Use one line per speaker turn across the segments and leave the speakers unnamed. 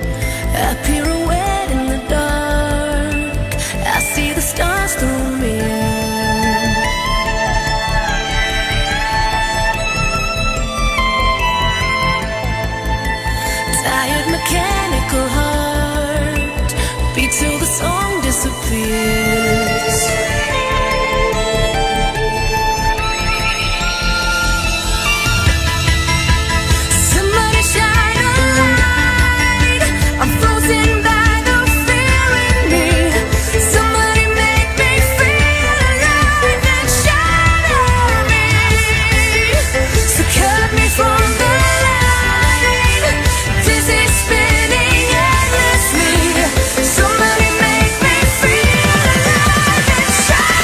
I pirouette in the dark. I see the stars through a mirror. Tired mechanical heart beat till the song disappears. Somebody shine a light. I'm frozen by the fear in me. Somebody make me feel alive and shatter me. So cut me from the light. This is spinning endlessly. Somebody make me feel alive and shatter me.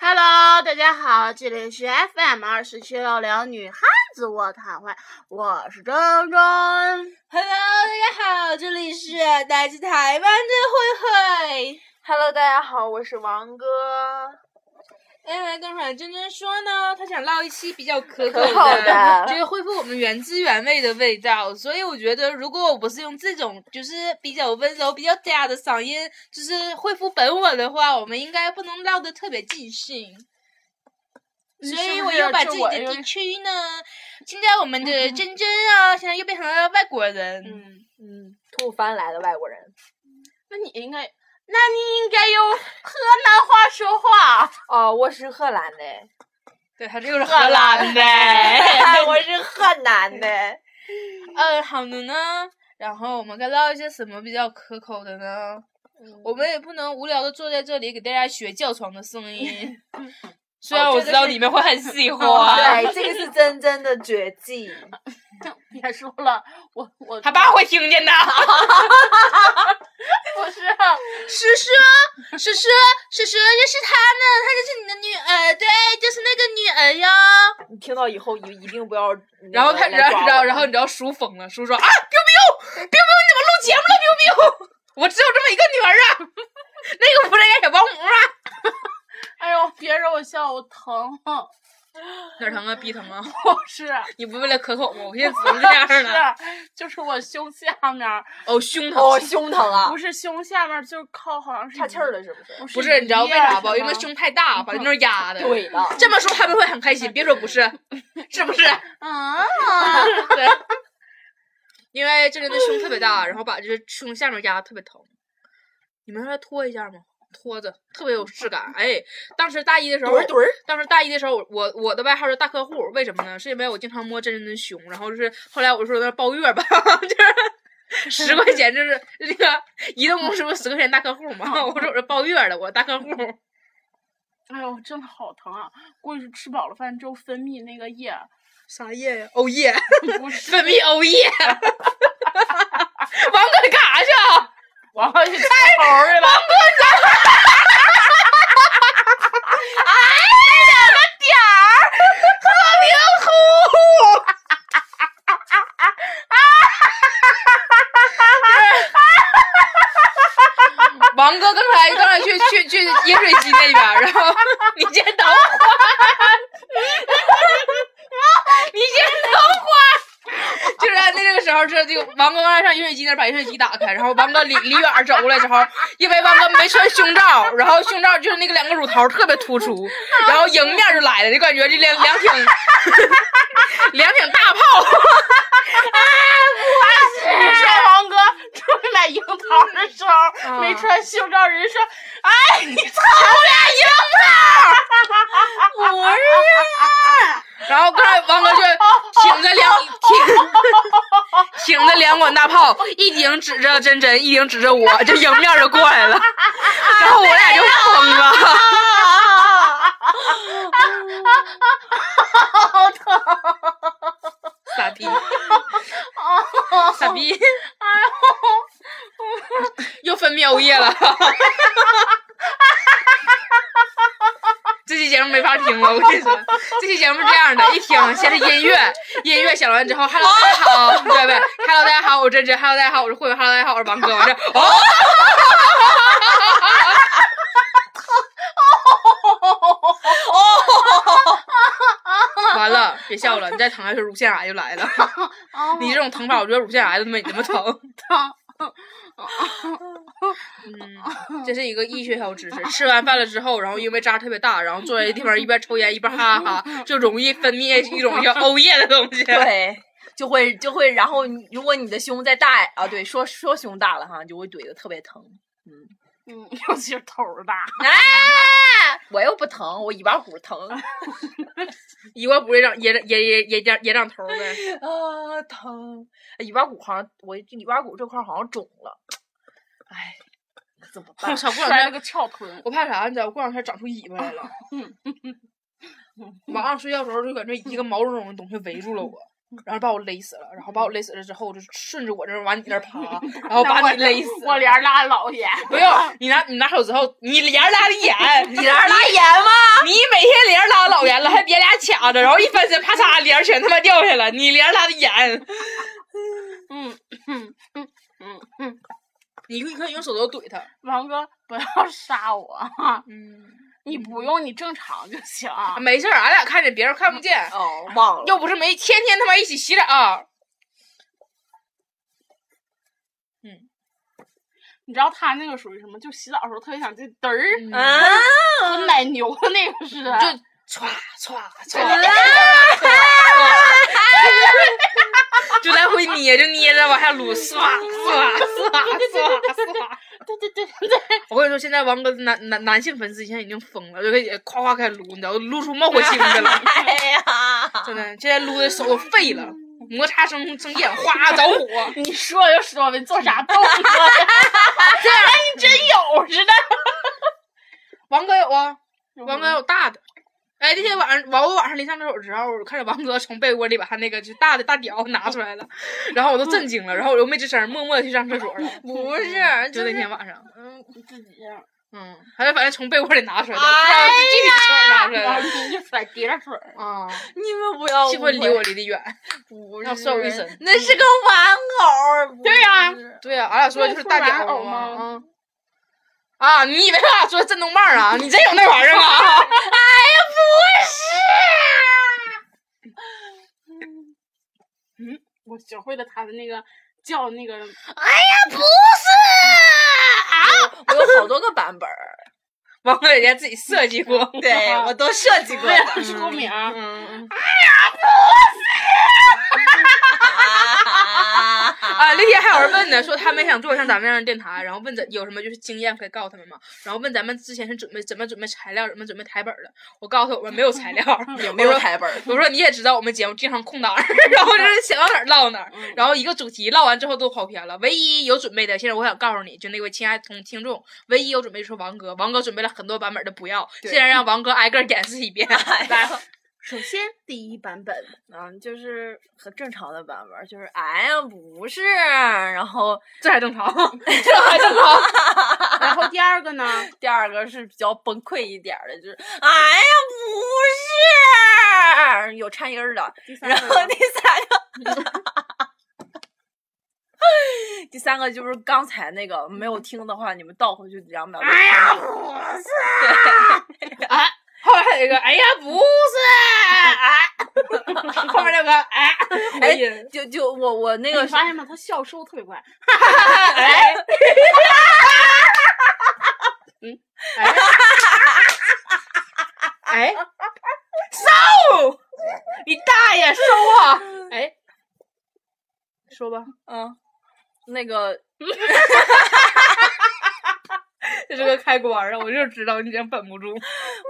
！Hello，大家好，这里是 FM 二四七六零女汉子卧谈会，我是铮铮。
Hello，大家好，这里是来自台湾的慧慧。
Hello，大家好，我是王哥。
哎，刚才珍珍说呢，她想唠一期比较可口
可口的
就是恢复我们原汁原味的味道。所以我觉得，如果我不是用这种就是比较温柔、比较嗲的嗓音，就是恢复本我的话，我们应该不能唠得特别尽兴。
你
所
是
以
不
我
是
又把
就
自己
我
的
因为
地区呢，现在我们的珍珍啊，现在又变成了外国人。
嗯，
嗯，吐翻来的外国人。
那你应该，那你应该用河南话说话。
哦，我是荷兰的，
对，他这个是荷兰的。
我是河南的。
嗯，好的呢。然后我们该唠一些什么比较可口的呢？
嗯
我们也不能无聊的坐在这里给大家学叫床的声 音。虽
哦
然我知道你们会很喜欢，
对，这个是真真的绝 技。
别说了，我我
他爸会听 见的。
不是啊
诗诗，诗诗，诗诗，就是他呢，他就是你的女儿，对，就是那个女儿哟。
你听到以后一一定不要。
然后他，
来
然
抓我
后然后然后你知道叔疯了，叔说啊，biu biu biu biu，你怎么录节目了？biu biu，我 只有这么一个女儿啊， 那个不是应该小保姆啊？
哎呦，别惹我笑，我疼。
哪儿疼啊？逼疼啊！
不是。
你不为了可口吗？我现在只能这样 了。
是，啊就是我胸下面儿，
啊哦，胸 疼。
哦，胸疼啊
不，是胸下面儿，就是靠，好像是
岔气儿
了。
了是不是？
不是，你知道为啥
吧？
不？因为胸太大，把那儿压的。
对的。
这么说他们会很开心，别说不 是，是不是？
啊，
对。因为这人的胸特别大，然后把这胸下面压得特别疼。你们让他拖一下吗？拖着特别有质感，哎，当时大一的时候，
墩儿墩儿，
当时大一的时候，我我我的外号是大客户，为什么呢？是因为我经常摸真人的胸，然后就是后来我说那包月吧， 就是十块钱，就是那 个移动公司不是十块钱大客户嘛，我说我是包月的，我大客户。
哎呦，真的好疼啊！估计是吃饱了饭之后分泌那个液，
啥液呀？欧耶，
不是
分泌欧 耶。王哥，你干啥去啊？
王去吃头儿去了。
王哥刚才刚才去去去饮水机那边， 然后你先等会儿，你先等会儿。就是在那个时候，这就王哥刚才上饮水机那儿把饮水机打开，然后王哥离离远儿走过来的时候，因为王哥没穿胸罩，然后胸罩就是那个两个乳头特别突出， 然后迎面就来了，就感觉这两两挺 两挺大炮。
你说王哥出去买樱桃的时候
啊
没穿胸罩，人家说：“哎，你操俩樱桃！”
不是。然后刚才王哥就挺着两挺挺着两管大炮，一顶指着珍珍，一顶指着我，就迎面就过来了。然后我俩就疯了，
好疼！
傻逼，傻逼，
哎呦，
又分泌欧液了。这期节目没法听了，我跟你说，这期节目是这样的，一听先是音乐，音乐响完之后，Hello 大家好，对不对？Hello 大家好，我是珍珍，Hello 大家好，我是慧慧，Hello 大家好，我是王哥，完事儿哦。完了，别笑了，你再疼下去，乳腺癌就来了。
哦，
你这种疼法，我觉得乳腺癌都没你那么疼。
疼，
嗯，这是一个医学小知识。吃完饭了之后，然后因为渣特别大，然后坐在一地方一边抽烟一边哈 哈哈，就容易分泌一种叫欧液的东西。
对，就会就会，然后你如果你的胸再大啊，对，说说胸大了哈，就会怼的特别疼。 啊
嗯，尤其是头儿大，
我又不疼，我尾巴骨疼
一块不会长也也也也长也长头儿 呗。
啊，疼！哎尾巴骨好像我这尾巴骨这块儿好像肿了，哎，可怎么办
我？操，过
摔
两
了
天
个翘臀。
我怕啥？你知道，我过两天长出尾巴来 了。晚上睡觉的时候就感觉一个毛茸茸的东西围住了我，然后把我勒死了，然后把我勒死了之后，就顺着我这儿往你那儿 爬，然后把你勒死。
我帘儿拉老严，
不用，你拿你拿手之后，你帘儿拉的严， 你
你那儿拉盐吗？
你每天帘儿拉老严了，还别俩卡着，然后一翻身，啪嚓，帘儿全他妈掉下来，你帘儿拉的严。
嗯嗯嗯嗯嗯，
你你可以用手肘怼他。
王哥不要杀我，
嗯，
你不用你正常就行。
啊没事儿，俺俩看见别人看不见，
哦，忘 了。
又不是没天天他妈一起洗澡。
你知道他那个属于什么？就洗澡的时候特别想就嘚儿，
嗯
啊，
跟奶牛的那个似的。
就 歘歘歘，就来回捏，就捏着往下撸，唰唰唰唰 唰。
对对对对对，
我跟你说，现在王哥男男男性粉丝现在已经疯了，就开始夸夸开始撸，你知道，撸出冒火星去了，
哎呀，
真的，现在撸的手都废了，摩擦生生厌，哗着火。
你说就说呗，做啥动作呀？ 这样你真有似的。
王哥有啊，王哥有大的。哎，那天晚上，完我晚上临上厕所之后，我看着王哥从被窝里把他那个就大的大屌拿出来了，然后我都震惊了，然后我又没吱声，默默的去上厕所了。
不是，
就
就
那
是
天晚上，
嗯，
你自己这样，
嗯，还是反正从被窝里拿出来的，不知
哎
道是具体从哪儿拿出
然
来
后
的。
你一甩滴上水儿，
啊，
你们不要
幸
误
亏离
会
我离得远。
不
要受一
是
身
那是个玩偶儿。
对呀
不是
对呀、俺俩 说的就是大
那是玩
屌
偶
嘛。
吗
嗯。啊，你以为俺俩说震动棒啊？你真有那玩意儿啊？
我学会了他的那个叫那个
我有好多个版本儿，
王哥人家自己设计过。
对我都设计过
为了
的。
出名儿，
嗯。啊，
啊
那天还有人问呢，说他们想做像咱们这样的电台，然后问咱有什么就是经验可以告诉他们吗？然后问咱们之前是准备怎么准备材料，怎么准备台本儿的。我告诉他我们没有材料，
有没有台本儿？
我说你也知道我们节目经常空档儿，然后就是想到哪儿唠哪儿，
嗯
然后一个主题唠完之后都跑偏了。唯一有准备的，现在我想告诉你，就那位亲爱的同听众，唯一有准备是王哥，王哥准备了很多版本的不要，
对
现在让王哥挨个儿演示一遍。来，
首先第一版本，
嗯，就是很正常的版本儿，就是哎呀不是，然后
这还正 常，这还正常。
然后第二个呢，
第二个是比较崩溃一点儿的，就是哎呀不是，有颤音儿的，
第三
然
个
后
呢
第三个。 第三个就是刚才那个没有听的话，你们倒回去两秒。 哎呀，
后面还有一个，哎呀，不是，啊，后面那个，哎，
哎，就就我我那个
你发现吗？他笑收特别快，
哎，嗯，哎，哎，收！你大爷，收啊！哎，说吧，
嗯，那个
这是个开关啊，我就知道你真绷不住。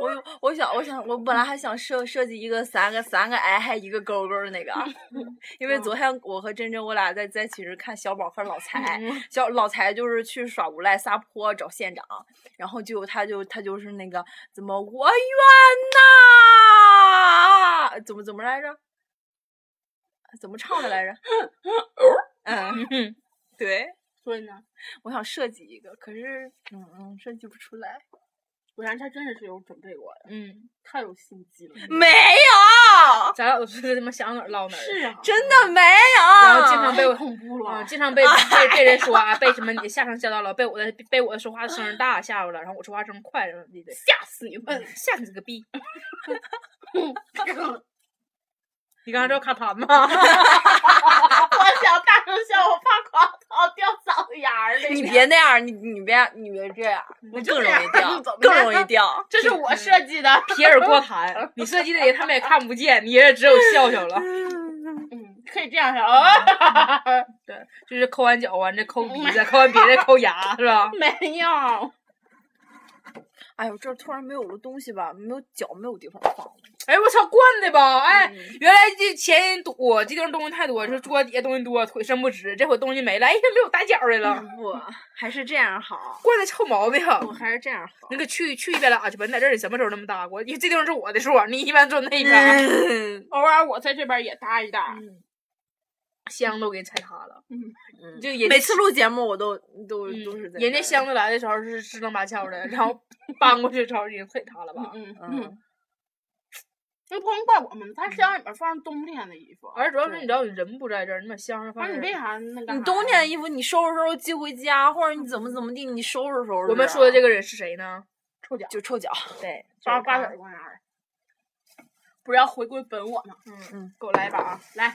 我有我想我想我本来还想设设计一个三个三个哎还一个勾勾的那个，啊因为昨天我和珍珍我俩在在寝室看小宝和老
哎
财，
嗯
小老财就是去耍无赖撒泼找县长，然后就他就他就是那个怎么我冤呐，怎么怎么来着？怎么唱的来着？嗯，
嗯，
对，
所以呢，
我想设计一个，可是嗯嗯设计不出来。
我让他真的是有准备过的，
嗯，
太有心机了。
没有，
咱俩都是他妈想哪儿唠哪儿，
是啊，嗯
真的没有。
然后经常被
太
我
恐怖
啊，
了，
经常被被被人说啊，被什么你下声吓到了，被我的被我的说话声儿大吓着了，然后我说话声快，然后你得
吓死你们！
嗯，吓你个逼！你刚才是要卡痰吗？
我想大声笑，我怕狂涛掉嗓子眼儿里。
你别那样，你你别你别这样，那
就
更
这
容易
样
掉
怎么，
更
办
容易掉。
这是我设计的。
皮尔过痰，你设计的人他们也看不见，你也只有笑笑了。
嗯，可以这样说。
对，就是抠完脚啊完，这抠鼻子，抠完鼻子抠牙，是吧？
没有，
哎呦，这儿突然没有了东西吧，没有脚，没有地方放了。
哎，我操，惯的吧？哎，
嗯
原来这前多，这地方东西太多，就是桌底下东西多，腿伸不直。这会东西没了，哎呀，没有打脚的了，
不，还是这样好，
惯的臭毛病。
我还是这样好
你。给去去一边拉去吧，你在这里什么时候那么搭过？因为这地方是我的数，你一般坐那边，
偶尔我在这边也搭一搭。
箱都给你踩塌了。
嗯
就人
每次录节目我都都
嗯
都是在
人家
这儿
箱子来的时候是支棱八翘的，然后搬过去的时候已经踩塌了吧？
嗯嗯，
嗯，
那不能怪我们，他箱里面放冬天的衣服，
而且主要是你知道你人不在这儿，你把箱子
而
放这
啊你为
儿。
啥那个？
你冬天的衣服你收拾收拾寄回家，或者你怎么怎么地，你收拾收拾。
我们说的这
个
个人是谁呢？
臭脚，
就臭脚，
对，
八八腿公园儿，不要回归本我嘛。
嗯
嗯，
给我来一把啊！
来，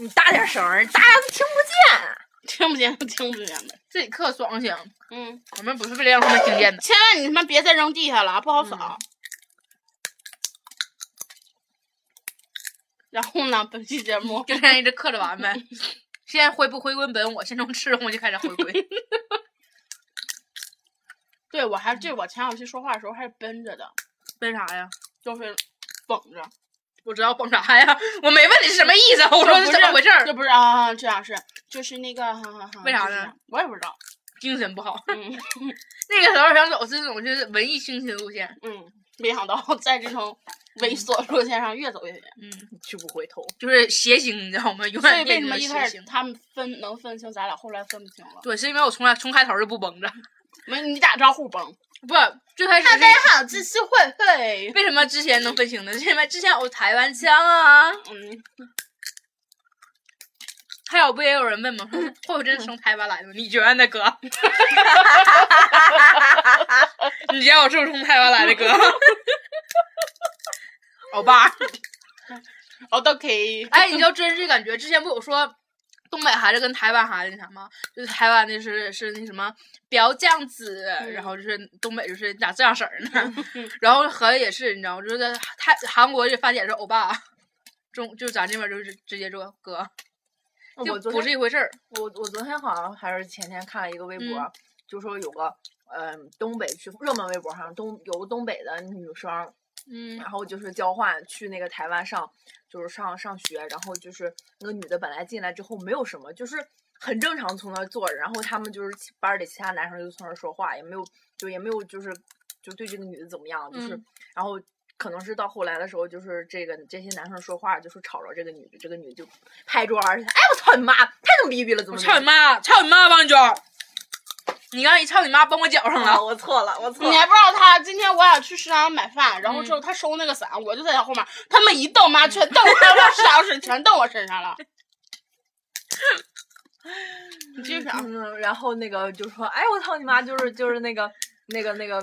你大点声儿，大家都听不见。
听不见，听不见的。
自己嗑爽行，
嗯，
我们不是为了让他们听见的。
千万你们别再扔地下了，啊不好扫。
嗯
然后呢，本期节 目
就这样一直嗑着完呗。现在回不回归本我，先从吃东西开始回归。
对我还这我前两期说话的时候还是奔着的，
为啥呀？
就是绷着。
我知道蹦啥呀？我没问你是什么意思，我
我
说是怎么回事儿
这？不是啊，这样是就是那个，哈哈哈
为啥？
就是
呢
这样我也不知道。
精神不好。
嗯
那个时候想走这种就是文艺清新路线，
嗯，没想到在这种猥琐路线上越走越远。
嗯，去不回头，就是邪星，你知道吗？永
所以
远念
为什
着
么一
邪
开始
星。
他们分能分清，咱俩后来分不清了？
对，是因为我从来从开头就不绷着，
没你打招呼崩。
不，最开始是
好，这是慧慧。
为什么之前能分清呢？是因为之前有台湾腔啊，
嗯，
还有不也有人问吗？ 会不会真
嗯
是从台湾来的吗？你觉得呢，哥？你觉得我是不是从台湾来 的，哥？欧巴，
我哦都可以。
哎，你知道真是感觉，之前不有说东北孩子跟台湾孩子那啥吗？就是台湾的是是那什么，不要这样子，然后就是东北就是你咋这样式儿呢？然后合也是，你知道吗，就是在泰韩国也发简是欧巴，中就咱这边就是直接说哥，就
哦我昨
不
天
是一回事儿。
我我昨天好像还是前天看了一个微博，
嗯
就说有个嗯、东北去热门微博上东有个东北的女生，
嗯
然后就是交换去那个台湾上，就是上上学，然后就是那个女的本来进来之后没有什么，就是很正常从那儿坐着，然后他们就是其班儿里其他男生就从那儿说话，也没有就也没有就是就对这个女的怎么样，就是、
嗯
然后。可能是到后来的时候，就是这个这些男生说话，就是吵着这个女的，这个女的就拍桌而起，哎，我操你妈，太他妈逼逼了，怎
我
么
操你妈！操你妈！王娟儿，你刚才一操你妈，崩我脚上
啊！
了。
我错了，我错
你
了
还，不知道他今天我俩去食堂买饭，然后之后他收那个伞，我就在他后面，他们一瞪妈，全瞪他了，食堂 水全瞪我身上了。你啊继续讲，
嗯，然后那个就说，哎，我操你妈，就是就是那个那个那个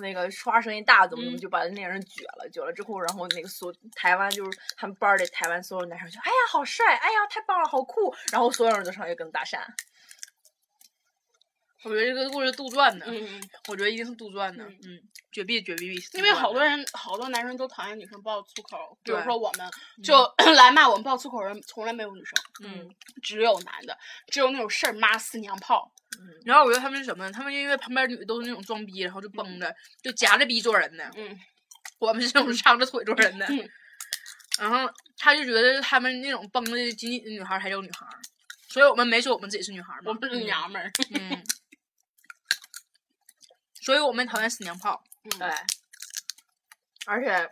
那个说话声音大，怎么怎么
嗯
就把那人撅了，撅了之后，然后那个所台湾就是他们班儿里台湾所有男生就，哎呀好帅，哎呀太棒了，好酷，然后所有人都上去跟他搭讪，
我觉得这个故事杜撰的，
嗯，
我觉得一定是杜撰的。
嗯
嗯，绝壁绝壁必，
因为好多人，好多男生都讨厌女生爆粗口，比如
对
说我们就 来骂我们爆粗口的人，从来没有女生，
嗯，
只有男的，只有那种事儿妈死娘炮，
然后我觉得他们是什么呢？他们因为旁边女的都是那种装逼，然后就绷着，就夹着逼做人的。
嗯，
我们是那种张着腿做人的。
嗯
然后他就觉得他们那种绷的紧紧的女孩儿才叫女孩儿，所以我们没说我们自己是女孩儿嘛。
我们是
嗯
娘们儿。
嗯， 所以我们讨厌死娘炮。
嗯
对，而且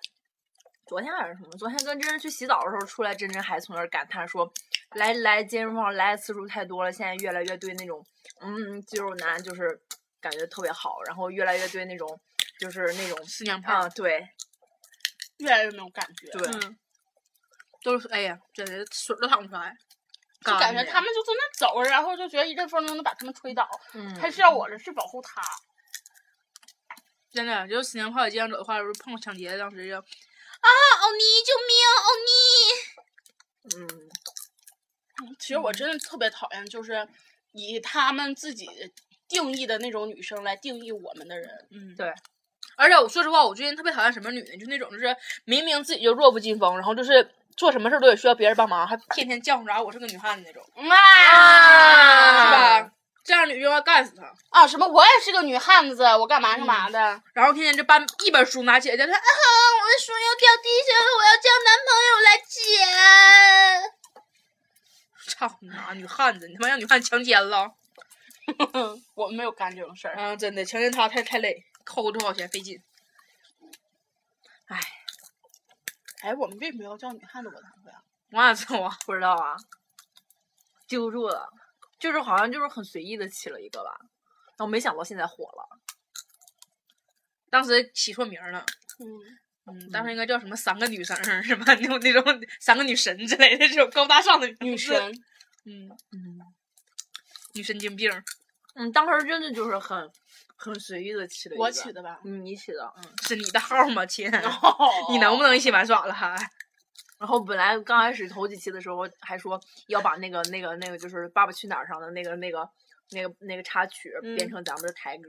昨天还是什么，昨天跟真真去洗澡的时候出来，真真还从那儿感叹说，来来健身房来的次数太多了，现在越来越对那种嗯肌肉男就是感觉特别好，然后越来越对那种就是那种
死娘炮，
啊对
越来越没有感觉。
对，
嗯，都是哎呀，简直水都淌不出来。就
就
感
感
觉
觉
他
他
们
们就在那走，然后就觉得一阵风就能把他们吹倒。
嗯
他需要我的是保护他。
哦真的就是新年快乐街上走的话，如果碰抢劫，当时就啊，欧尼救命，哦欧尼！
嗯，
其实我真的特别讨厌，就是以他们自己定义的那种女生来定义我们的人。
嗯，
对。
而且我说实话，我最近特别讨厌什么女的，就那种就是明明自己就弱不禁风，然后就是做什么事儿都得需要别人帮忙，还天天叫唤着啊我是个女汉子那种，
啊
是吧？这样女就要干死她。
啊，什么我也是个女汉子，我干嘛干嘛的。
然后天天就搬一本书拿起来，就说：“啊，我的书又掉地上了，我要叫男朋友来捡。”操你妈，女汉子！你他妈让女汉子强奸了！
我没有干这种事儿。
啊，真的强奸她太太累，扣多少钱费劲。
哎，我们为什么要叫女汉子我谈会啊？
我操啊！
不知道啊，记不住了，就是好像就是很随意的起了一个吧，然后没想到现在火了。
当时起错名儿了，
嗯，
嗯，当时应该叫什么三个女生儿是吧？那种那种三个女神之类的这种高大上的
女
名字，
神，
嗯
嗯
女神经病儿，
嗯，当时真的就是很很随意的起了一个。
我起 的吧？
嗯，你起的，嗯。
是你的号儿吗，亲？
哦
你能不能一起玩耍了还？
然后本来刚开始头几期的时候还说要把那个那个那个就是《爸爸去哪儿》上的那个那个那个那个插曲
嗯
变成咱们的台歌，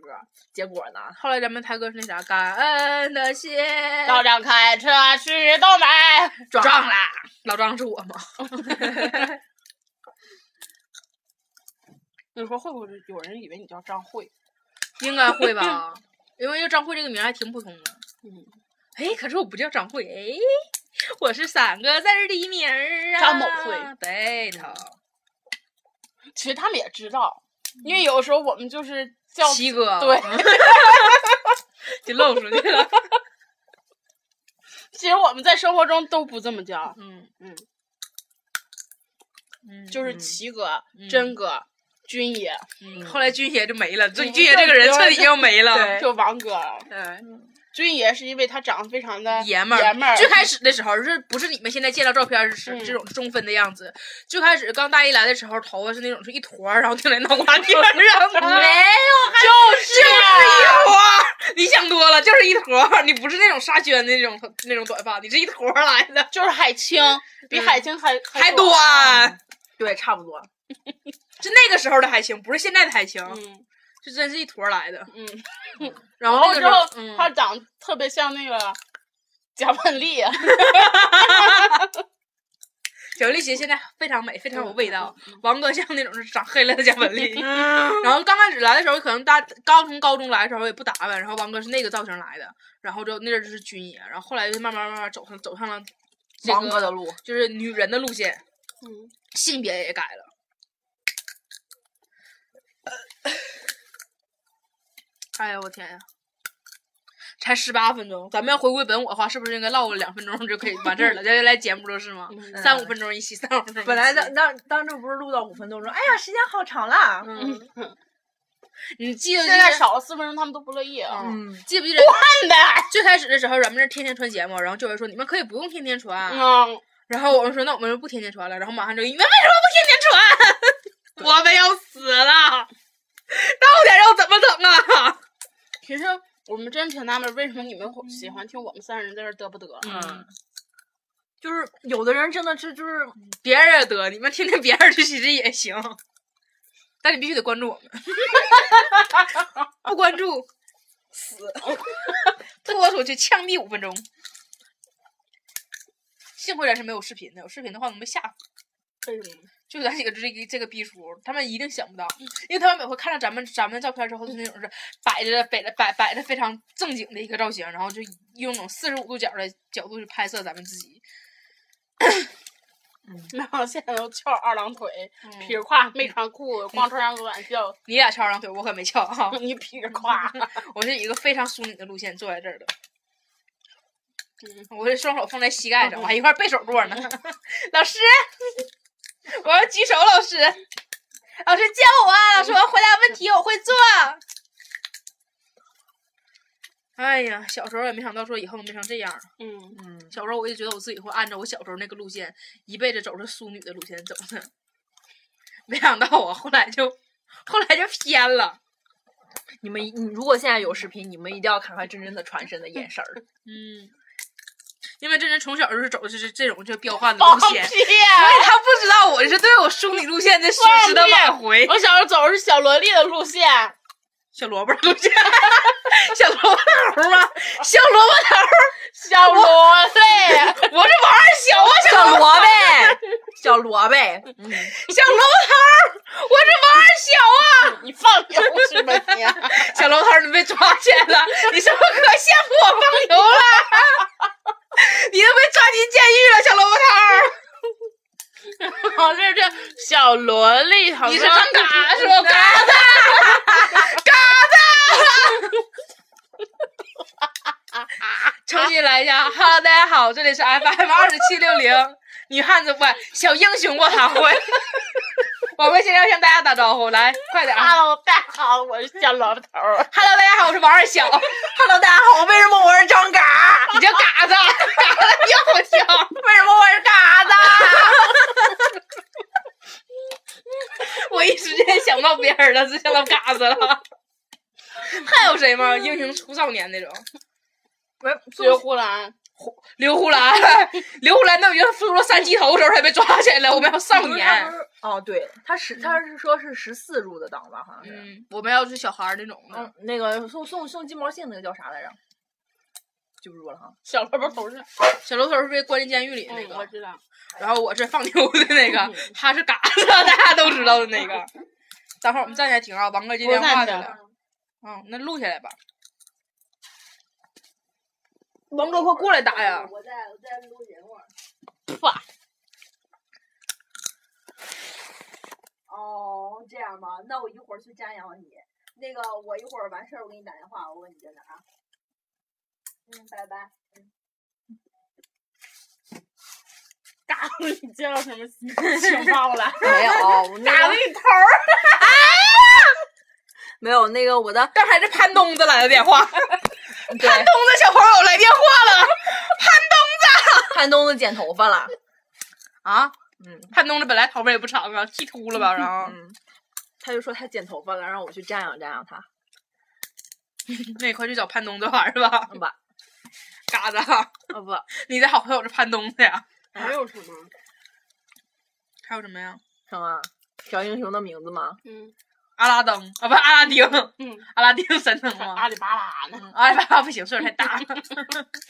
结果 呢，
后来咱们台哥是那啥，感恩的心。
道长开车去东北，
撞
撞了，老张是我 吗？
你说会不会有人以为你叫张慧？
应该会 吧，因为这张慧这个名儿还挺普通的。
嗯，
哎，可是我不叫张慧，哎，我是三个字儿的名儿啊。
张某慧，嗯
对头，
其实他们也知道，因为有时候我们就是叫
七哥，
对，，
就露出去了。
其实我们在生活中都不这么叫，
嗯
嗯
嗯，
就是齐哥、
嗯
真哥、军爷，
嗯后来军爷就没了，这
嗯
军爷这个人彻底就没了。
对
就王哥。
嗯，
军爷是因为他长得非常的
爷们儿，
爷们儿，
最开始的时候是不是你们现在见到照片是是
嗯
这种中分的样子？最开始刚大一来的时候，头发是那种是一坨儿，然后顶在脑 瓜顶儿上的，
没
有，就是
啊
一坨儿。你想多了，就是一坨儿，你不是那种沙宣的那种那种短发，你是一坨儿来的，
就是海清，比
嗯
海清还
还短。
对，差不多。
是那个时候的海清，不是现在的海清，
嗯
是真是一坨儿来的。
嗯，
然
然
那个
后之
时候
后，
嗯
他长得特别像那个贾雯丽，
小丽姐现在非常美，非常有味道。
嗯
王哥像那种是长黑了的加本 利。
啊
嗯
然后刚开始来的时候，可能大刚从高中来的时候也不打扮，然后王哥是那个造型来的，然后就那阵儿就是军爷，然后后来就慢慢慢慢走上走上了这
王哥
个
的路，
就是女人的路线，嗯性别也改了。哎呀，我天呀！才十八分钟，咱们要回归本我的话，是不是应该唠个两分钟就可以完事儿了？接下 来节目就是吗？
嗯
三五分钟一期，三五分 钟一期。
本来当当当初不是录到五分钟说，哎呀，时间好长啦。
嗯，你记得
现在少了四分钟，他们都不乐意。啊
嗯，
记不记得
笨的，
最开始的时候，咱们这天天穿鞋嘛，然后就有人说你们可以不用天天穿，
嗯，
然后我们说那我们就不天天穿了，然后马上就你们为什么不天天穿？我们要死了， 到底要怎么整啊？
其实我们真挺纳闷，为什么你们会喜欢听我们三人在这儿嘚不嘚？啊
嗯，
就是有的人真的是就是
别人也得，你们天天别人去其实也行，但你必须得关注我们，不关注死，拖出去枪毙五分钟。幸亏咱是没有视频的，有视频的话能被吓死。
为什么？
就咱几个这个这个逼出，他们一定想不到，因为他们每回看到咱们咱们照片之后，就那种是摆着摆着摆摆着非常正经的一个造型，然后就用那种四十五度角的角度去拍摄咱们自己，
然后现在都翘二郎腿，
嗯
劈着胯，没穿裤子，光穿上个短袖，
你俩翘二郎腿，我可没翘哈、
你劈着胯，
我是一个非常淑女的路线坐在这儿的。我是双手放在膝盖上，我还一块背手坐呢。老师，我要举手，老师，老师教我啊！老师，我要回答问题，我会做。哎呀，小时候也没想到说以后能变成这样儿。
嗯，
嗯，
小时候我也觉得我自己会按照我小时候那个路线，一辈子走着淑女的路线走的。没想到我后来就后来就偏了。
你们一你如果现在有视频，你们一定要看看真真的传神的眼神儿。
嗯，因为真真从小就是走的是这种就彪悍的
哦
路线，所
啊
以他不知道我是对我兄弟路线的损失的挽回，
我小时候走的是小萝莉的路线，
小萝卜路线， 小萝卜头吗？小萝卜头儿，
小萝莉。
我是王二小啊，
小
小
萝卜，嗯小萝卜，
小萝卜头儿，我是王二小啊。
你放牛是吧你？啊
小楼头儿，你被抓起来了，你是不是可羡慕我放牛了？ 你都被抓进监狱了，小萝卜头
哦，这这小萝莉，好
儿，你是
像
刚
啊
嘎是吧？嘎子， 嘎子。 重新来一下哈喽，大家好，这里是 FM 二十七六零，女汉子不小英雄卧谈会。 我们现在要向大家打招呼，来，快点儿。啊
Hello，大家好，啊我是小萝卜头儿。
Hello，大家好，我是王二小。
Hello，大家好，为什么我是张嘎？
你叫嘎子，嘎子你好听。
为什么我是嘎子？
我一时间想不到别人了，只想到嘎子了。 还有谁吗？英雄出少年那种，
不是
刘胡兰，
刘胡兰，刘胡兰都已经出了三级头的时候才被抓起来了。我们要少
他
年
不，是哦，对他十，他是说是十四入的党吧，好像是。
嗯，我们要是小孩儿那种的，
嗯，那个送送送金毛信那个叫啥来着？记不住了哈。
小萝卜头是
小楼头是被关进监狱里的那
嗯，我
个，
知道。
然后我是放牛的那个，他是嘎子，大家都知道的那个。等会儿我们站起来听啊，王哥接电话去了。嗯，那录下来吧。王哥，快过来打呀！
我在我在录节目。哦，这样吧，那我一会儿去瞻仰你。那个，我一会儿完事儿我给你打电话，我问你在哪儿啊。嗯，拜拜。
嘎子，你接到什么 情报了？
没有，哦
嘎
那
子
个，
你头儿，
没有那个我的
刚才是潘东子来的电 话。
对
潘东子小朋友来电话了
潘东子剪头发 了。
啊！
嗯
潘东子本来头发也不长啊，剃秃了吧？然后
嗯，他就说他剪头发了，让我去瞻仰瞻仰 他。
那你快去找潘东子玩儿吧，
嗯
啊
吧，
嘎子啊！
啊 不，
你的好朋友是潘东子呀？
还有什么？
还有什么呀？
什么小英雄的名字吗？
嗯，
阿拉登啊，不是阿拉丁，
嗯，
阿拉丁神灯吗？
阿里巴巴呢？
嗯阿里巴巴不行，岁数太大了。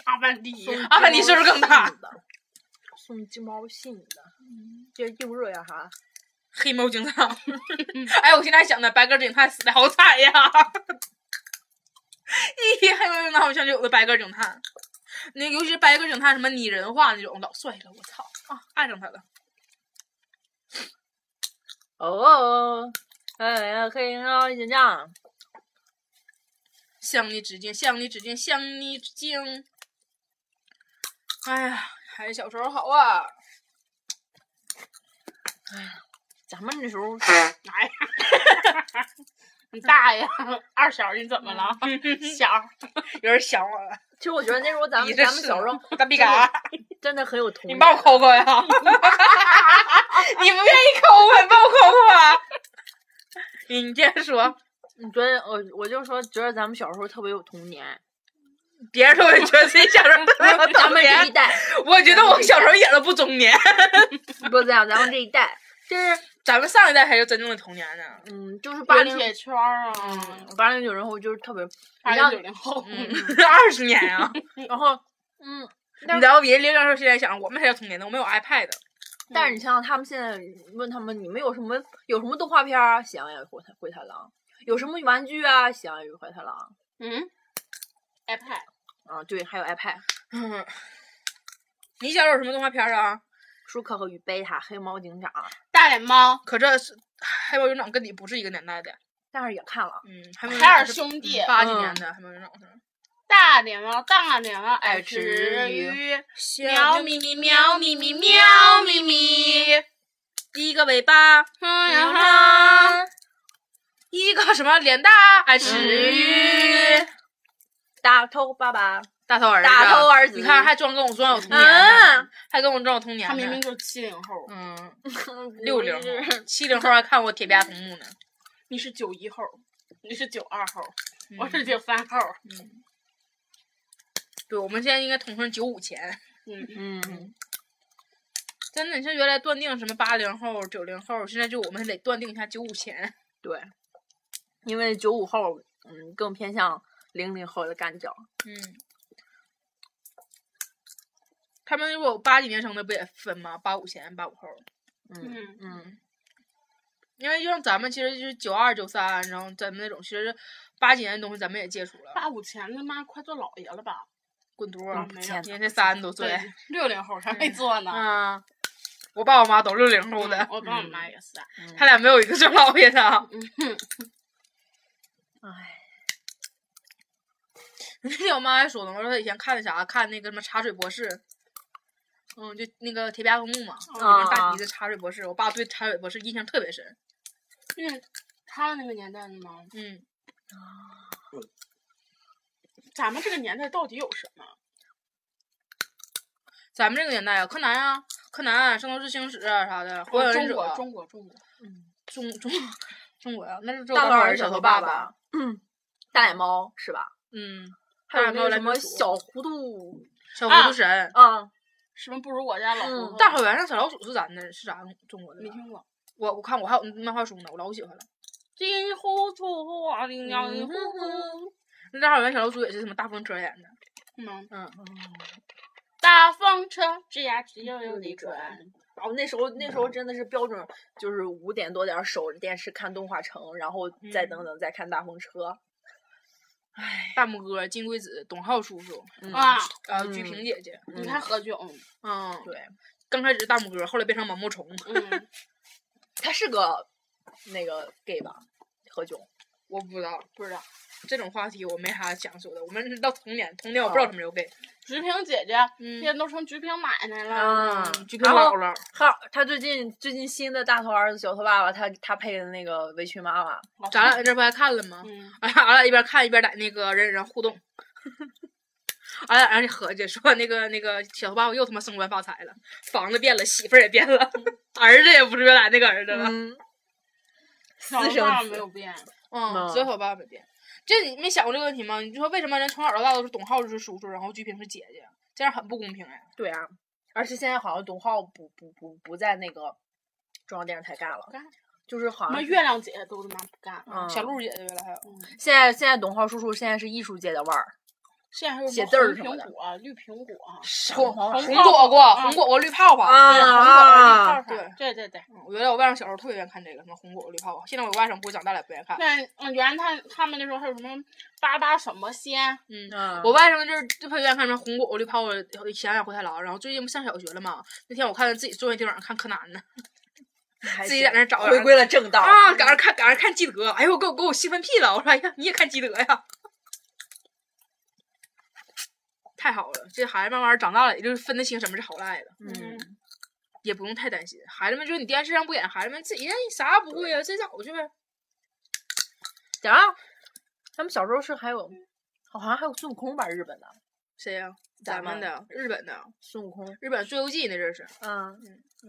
阿凡提，
阿
啊
凡提岁数更大。
送金毛信的，这又热呀哈！
黑猫警长，哎，我现在还想呢，白鸽警探死的好惨呀！ 咦，黑猫警长好像就有的白鸽警探，那尤其是白鸽警探什么拟人化那种，老帅了，我操啊，爱上他了。
哦，哎呀，黑人啊，紧张。
向你致敬，向你致敬，向你致敬。哎呀，还是小时候好啊！
咱们那时候
哎呀，你大爷！二小你怎么了？小
有人想我了，
其实我觉得那时候咱
你
们
这
咱们小时候
大逼嘎，
真的很有童
你
年。
帮我抠抠呀！ 你不愿意抠吧？你帮我抠抠吧。你你接着说，
你觉得我我就说觉得咱们小时候特别有童 年，
别人说我觉得自己小时候特别 有
咱
童
们这一
年，
代
我觉得我小时候一点都不中年。
不是这样，咱们这一代
就是咱们上一代才是真正的童年呢。
嗯就是八
八
零
铁圈儿啊，
八零九零后就是特别，
八
你
零
像
九零后，
嗯，二十年 啊！
然后嗯，
你知道别人零零后现在想，我们才叫童年呢，我们有 iPad。
但
嗯
是你像他们现在问他们，你们有什么有什么动画片啊？喜羊羊与灰太灰太狼，有什么玩具啊？喜羊羊与灰太狼
嗯，iPad
啊，对，还有 iPad、
嗯，你小时候有什么动画片儿啊？
舒克和与贝塔、黑猫警长，
大脸猫。
可这是黑猫警长跟你不是一个年代的，
但是也看了。
嗯，黑猫
海尔兄弟
八几年的黑猫警长是。
大脸猫，大脸猫，
爱
爱
吃
吃
鱼
鱼，
喵
喵
咪
咪咪喵咪咪喵咪咪，
一个尾巴，
哼哎呀哈，
哈，一个什么脸大爱吃鱼，
大头爸爸，
大头儿子，
大头儿子
你看还装跟我装有童年呢
嗯，
还跟我装有童年
他明
呢
明。就是七零后，
嗯，六零后、七零后还看我铁臂阿童木呢。
你是九一后，你是九二后，我是九三后。
对，我们现在应该统称九五前。
嗯，
嗯，
真的，你像原来断定什么八零后、九零后，现在就我们得断定一下九五前。
对，因为九五后，嗯，更偏向零零后的干角。
嗯，他们如果有八几年生的不也分吗？八五前、八五后。
嗯
嗯，
嗯，
因为就像咱们其实就是九二九三，然后咱们那种其实八几年的东西咱们也接触了，
八五前他妈快做老爷了吧？
滚犊
嗯
啊
儿！
没有
今年才三十多岁，，
六零后还没做呢。
啊，我爸我妈都六零后的
嗯，我爸我妈也是啊。
他俩没有一个是老爷的。
嗯哎，
我妈还说呢，我说她以前看的啥？看那个什么《茶水博士》，嗯，就那个《铁臂阿童木》嘛，
嗯
里面大
啊
鼻子茶水博士，我爸对茶水博士印象特别深。
嗯，他那个年代的吗？
嗯，
咱们这个年代到底有什么？
咱们这个年代啊，柯南啊，柯南、圣斗士星矢啊啥的，火影
中
忍者，
哦
国，中国，中国。
中中中国啊，那是
大头儿
儿
子小
头
头
爸
爸爸，嗯大眼猫是吧？
嗯，
还有
大眼
那
猫
个
来
什么
宾鼠
小糊涂
小
啊
糊涂神，
啊，
什么不如我家老
嗯
婆婆？
大草原上小老鼠是咱的，是咱中国的
没
吧。
听过。
我我看我还有嗯漫画书呢，我老喜欢了。
金糊涂啊，叮当
嗯
呼呼。
那大草原小老鼠也是什么大风车演的？
嗯
嗯，
大风车吱呀吱悠悠地转。
然后哦那时候那时候真的是标准，就是五点多点儿守着电视看动画城，然后再等等再看大风车。
大拇哥、金龟子、董浩叔叔，
嗯
啊，
呃，
嗯
菊萍姐姐，
你看何炅，
嗯，
对，
刚开始是大拇哥，后来变成毛毛虫。
嗯，
他是个那个 gay 吧？何炅
我不知道，不知道这种话题我没啥想说的。我们到童年，童年我不知道
哦
什么时候给。
菊萍姐姐
嗯
现在都成菊萍奶奶了。
啊
菊萍
然后
姥姥，
他他最近最近新的大头儿子小头爸爸，他他配的那个围裙妈妈，
咱俩这不还看了吗？
嗯，
俺俩俺俩一边看一边在那个人人互动， 俺俩让你合计说那个那个小头爸爸又他妈升官发财了，房子变了，媳妇儿也变了， 儿子也不是原来那个儿子了，
嗯，
小
私
爸
生
没
子
有变。
嗯，
嗯
只有小爸爸变。这你没想过这个问题吗？你说为什么人从小到大都是董浩是叔叔，然后菊萍是姐姐，这样很不公平哎。
对啊，而且现在好像董浩不不不不在那个中央电视台干了
干，
就是好
什么
像
月亮姐姐都他妈不干。
嗯
小鹿姐姐原来还有，
现在现在董浩叔叔现在是艺术界的腕儿，
现在还有什
写
么
字儿
红
什么的
苹果、啊绿苹果、哎
红红
红果果、红果果、绿泡泡。
啊
对红果
啊
绿泡泡对对对。
嗯我原来我外甥小时候特别愿意看这个什么红果果、绿泡泡，现在我外甥不是长大了也不愿意看。
那嗯，原来他他们那时候还有什么八八小魔仙，
嗯，
嗯
我外甥就是特别愿意看什么红果绿泡泡、想想灰太狼，然后最近不上小学了嘛？那天我看自己坐在地板上看柯南呢，
还
自己
行
在那儿找
回归了正道
啊，赶上看赶上看基德，哎呦，给我给我兴奋屁了！我说哎呀，你也看基德呀？ 太好了，这孩子慢慢长大了，也就是分得清什么是好赖的，
嗯，
也不用太担心。孩子们就是你电视上不演，孩子们自己哎啥也不会啊，自己找去呗。
等啊，咱们小时候是还有，
嗯
好像还有孙悟空吧，日本的
谁呀、
咱
咱们的日本的
孙悟空，
日本《西游记》那阵儿是，
嗯，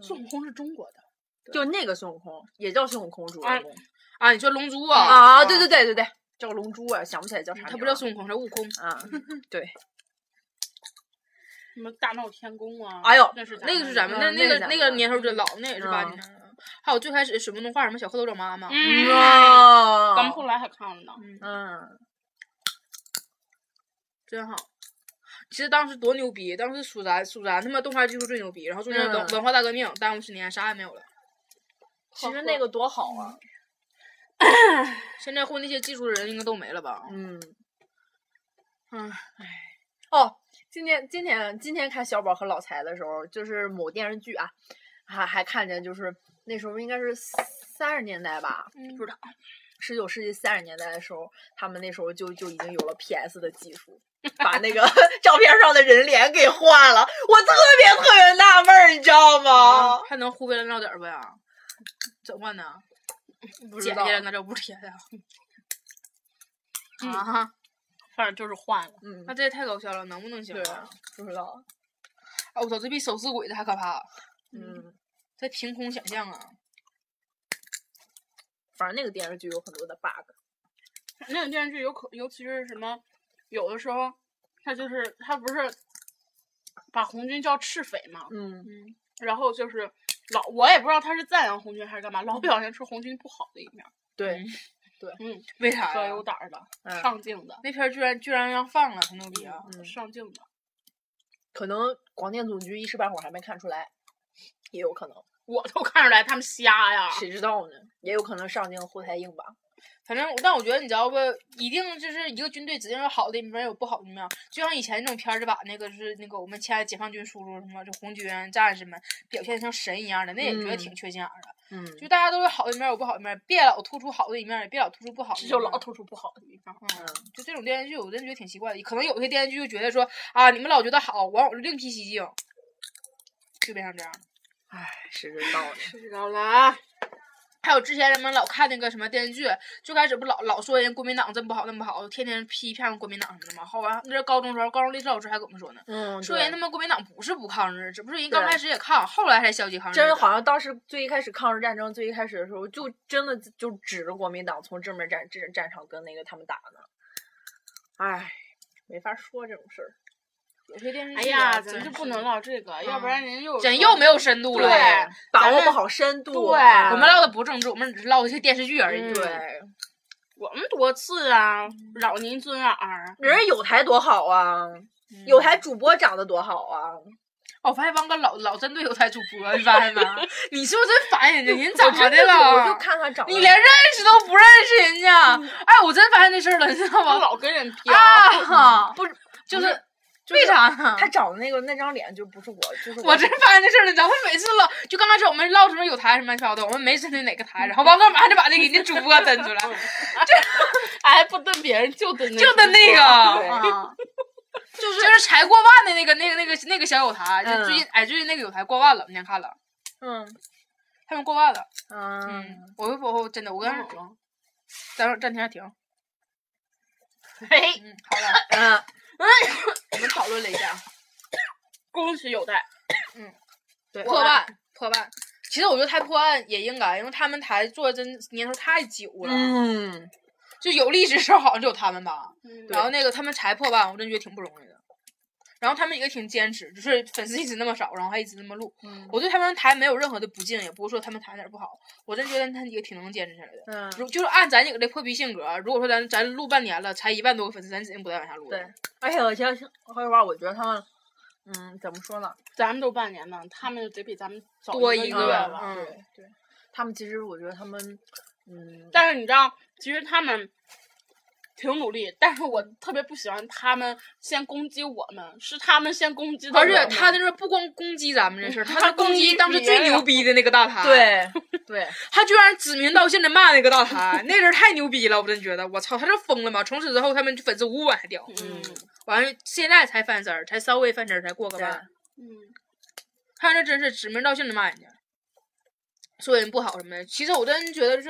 孙悟空是中国的，
就那个孙悟空也叫孙悟空主人公
啊，你说龙珠啊？
啊，对对对对对，叫龙珠啊，想不起来叫啥名儿了，
嗯他不叫孙悟空，叫悟空。
啊，对，
什么大闹天宫啊，
哎呦
那是
那个是咱们
嗯
那那
那
个
是咱
那
们
个
的
年头真老，那也是八
嗯
零年的。还有最开始水墨动画什么小蝌蚪找妈妈，
嗯，
哎
咱们后
哦，
来还看了呢，
嗯，
真好。其实当时多牛逼，当时蜀山蜀山他妈动画技术最牛逼，然后中间文、
嗯
文化大革命耽误十年，啥也没有了。
其实那个多好啊，
现在混那些技术的人应该都没了吧？
嗯，
嗯，
哦，今天今天今天看小宝和老财的时候，就是某电视剧啊，还还看见就是那时候应该是三十年代吧，
嗯
不知道，十九世纪三十年代的时候，他们那时候就就已经有了 PS 的技术。把那个 照片上的人脸给换了，我特别特别纳闷儿，你知道吗？
还能忽略烂到底儿不呀？怎么换呢？
不知
剪
道
下来那这不贴呀？啊哈！
反正就是换了。
嗯
那，这也太搞笑了，能不能行
对
啊？，
不知道，
啊，我操，这比手撕鬼子还可怕，
嗯，
这凭空想象啊！
反正那个电视剧有很多的 bug，
那种电视剧有可，尤其是什么，有的时候他就是他不是把红军叫赤匪嘛，
嗯，
然后就是老我也不知道他是赞扬红军还是干嘛，老表现出红军不好的一面，
对，
嗯，
为啥
可
呀？
有胆儿了，
嗯
上镜的，
那片儿居然居然让放了，很牛逼啊！
嗯
上镜的。
可能广电总局一时半会儿还没看出来，也有可能，
我都看出来他们瞎呀！
谁知道呢？也有可能上镜后台硬吧。
反正，但我觉得你知道不？一定就是一个军队指定有好的一面，有不好的一面。就像以前那种片儿，就把那个就是那个我们亲爱的解放军叔叔什么，就红军战士们表现得像神一样的，那也觉得
嗯
挺缺心眼儿的。
嗯，
就大家都有好的一面，有不好的一面，别老突出好的一面，也别老突出不好的一
这
面。
就老突出不好的地方。
嗯，就这种电视剧，我真觉得挺奇怪的。可能有些电视剧就觉得说啊，你们老觉得好，完我就另辟蹊径，就变成这样。
唉，哎谁知道 呢？
知道了啊，
还有之前人们老看那个什么电视剧，最开始不老老说人国民党真不好那不好，天天批判国民党什么的嘛。后完那高中时候，高中历史老师还跟我们说呢，
嗯，
说
对
人他妈国民党不是不抗日，只不过人刚
对
开始也抗，后来才消极抗日。
真好，像当时最一开始抗日战争最一开始的时候，就真的就指着国民党从正面战战战场跟那个他们打呢。唉，没法说这种事儿。
有些电视剧啊
哎呀，
真
咱
是
就不能唠这个，要不然人又
真
说
又没有深度了。
对
把握
咱
不
们
好深度。
对
啊
我们唠的不政治，我们只是唠一些电视剧而已。
嗯
对，
我们多次啊，扰您尊耳。
人家有台多好啊，
嗯
有台主播长得多好啊。
哦，我发现汪哥老老针对有台主播，你发现没？ 你是不是真烦人家？人咋
我真
的
的是
了？啊
我就看他长得，
你连认识都不认识人家，哎，我真发现这事儿了，你知道
他
吗？
老跟人飙，
啊，
不是
就是
嗯不是
为啥呢？
他长得那个那张脸就不是我，就是
我真发现这事儿了，你知道吗？他每次唠，就刚开始我们唠什么有台什么乱七八糟的，我们没针对哪个台，然后王哥马上就把那个人家主播登出来，
哎，不蹲别人就蹲那
就
个
登那个，
对
啊 就是就是才过万的那个那个那个那个小有台，就
嗯
最近哎最近那个有台过万了，你先看了，
嗯
他们过万了，
嗯，
嗯，我我我真的我跟
那种
咱们暂停停，
嘿，
嗯，好了，
嗯
我们讨论了一下。
恭喜有待。
对，
破万破万。其实我觉得台破万也应该，因为他们台做的真年头太久了，
嗯，
就有历史时候好像只有他们吧。 然后
对，
那个他们才破万，我真觉得挺不容易的。然后他们也挺坚持，就是粉丝一直那么少，然后还一直那么录。
嗯
我对他们台没有任何的不敬，也不是说他们台哪儿不好，我真觉得他们也挺能坚持下来的。
嗯，
如就是按咱几个的破逼性格，如果说咱咱录半年了，才一万多个粉丝，咱指定不带往下录的。
对而且我相信，说实话，我觉得他们，嗯，怎么说呢？
咱们都半年呢，他们得比咱们早
多
一
一
个
个
月
月
吧。
嗯
对对，他们其实我觉得他们，嗯，
但是你知道，其实他们挺努力，但是我特别不喜欢他们先攻击我们，是他们先攻击的我
而
们。
且他就是不光攻击咱们这 事儿，他
他
是攻
攻
击
击
当时
别
最
人
牛逼的那个大台。。
对 对，
他居然指名道姓的骂那个大台，那人太牛逼了，我真觉得，我操，他是疯了吗？从此之后，他们粉丝五往下掉，
嗯
完了现在才翻身儿，才稍微翻身儿，才过个万。
嗯，
他这真是指名道姓的骂人家，说人不好什么的。其实我真觉得就是，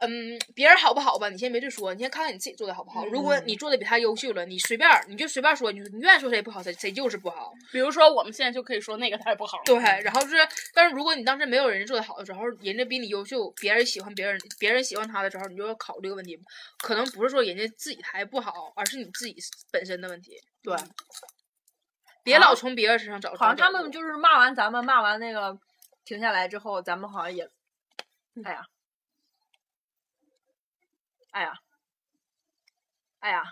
嗯，别人好不好吧，你先别去说，你先看看你自己做的好不好。如果你做的比他优秀了，你随便儿你就随便儿说，你你愿意说谁不好，谁谁就是不好。
比如说我们现在就可以说那个太不好了。
对，然后就是，但是如果你当时没有人家做的好的时候，人家比你优秀，别人喜欢别人，别人喜欢他的时候，你就要考虑这个问题，可能不是说人家自己还不好，而是你自己本身的问题。嗯
对，
别老从别人身上找。
好像
找
他
角
们
度
就是骂完咱们，骂完那个停下来之后，咱们好像也，
嗯
哎呀，哎呀，哎呀，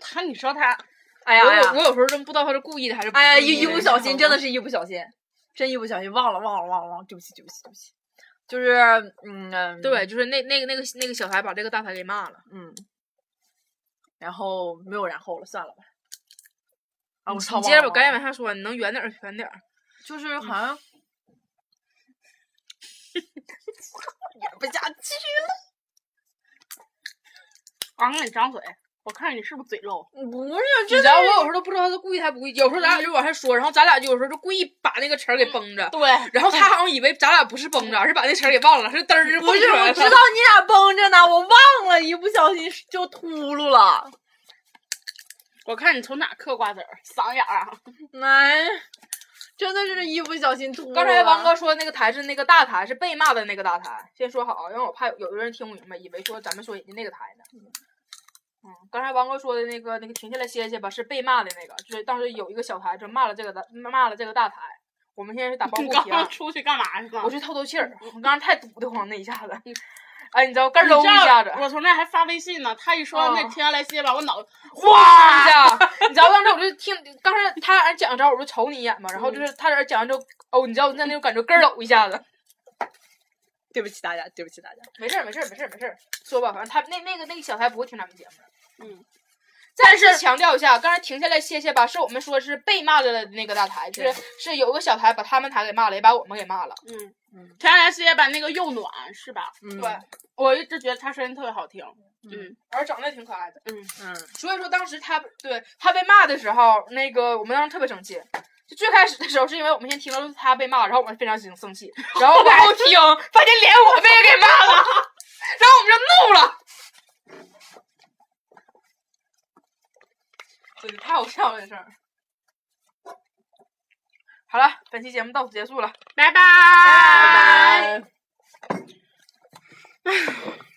他你说他
哎呀，
我
哎
有
呀，
我有时候真不知道他是故意的还是不
哎呀，
故意
一一不
你
小
知
心，
道
真的
吗
是一不小心，真一不小心忘了，忘了，忘了，忘了，对不起，对不起，对不起，就是，嗯，嗯
对，就是那那个那个那个小台把这个大台给骂了，
嗯，然后没有然后了，算了吧。啊，我
你
操！
接着
忘
我
了
赶紧
忘
往下说，你能远点儿远点儿。
了就是好像演不下去了。
啊刚给你张嘴，我看你是不是嘴漏？
不
你知道我有时候都不知道他故意还不故意，有时候
嗯
咱俩就往下说，然后咱俩就有时候就故意把那个词儿给绷着，
对，
然后他好像以为咱俩不是绷着，而是把那词儿给忘嗯了，是嘚儿就蹦
不是，
出来
我
了
知 道你俩绷着呢，我忘了，一不小心就秃噜了。
我看你从哪嗑瓜子儿，嗓眼儿啊！
哎，真的是一不小心秃噜了。
刚才王哥说那个台是那个大台，是被骂的那个大台。先说好啊，因为我怕有的人听不明白，以为说咱们说人家那个台呢。嗯，刚才王哥说的那个那个停下来歇歇吧，是被骂的那个，就是当时有一个小台就骂了这个大骂了这个大台。我们现在是打抱
你
不
刚
平
刚，出去干嘛去了？
啊我去透透气 儿。我刚刚太堵得慌那一下子，哎，你知道咯
你知
噔一下 子
道，我从那还发微信呢，他一说
哦
那停下来歇吧，我脑
哗一 下，你知道当时我就听，刚才他俩人讲之后，我就瞅你一眼嘛，然后就是他俩人讲完之后，哦，你知道那那种感觉咯噔一下子。
对不起大家，对不起大家。
没事儿，没事儿，没事儿，没事儿，说吧，反正他那那个那个小台不会听咱们节目的。
嗯。
再次强调一下，刚才停下来歇歇吧，是我们说是被骂的那个大台，就是是有个小台把他们台给骂了，也把我们给骂了。
嗯
嗯，
停下来歇吧，那个又暖是吧？
嗯
对，
我一直觉得他声音特别好听。嗯，
而长得也挺可爱的，
嗯，
所以说当时他对他被骂的时候，那个我们当时特别生气。就最开始的时候，是因为我们先听到他被骂，然后我们非常生生气，然后往后听，发现连我们也给骂了，然后我们就怒了。真是太好笑了，这事儿。好了，本期节目到此结束了。
拜拜，
拜
拜
拜。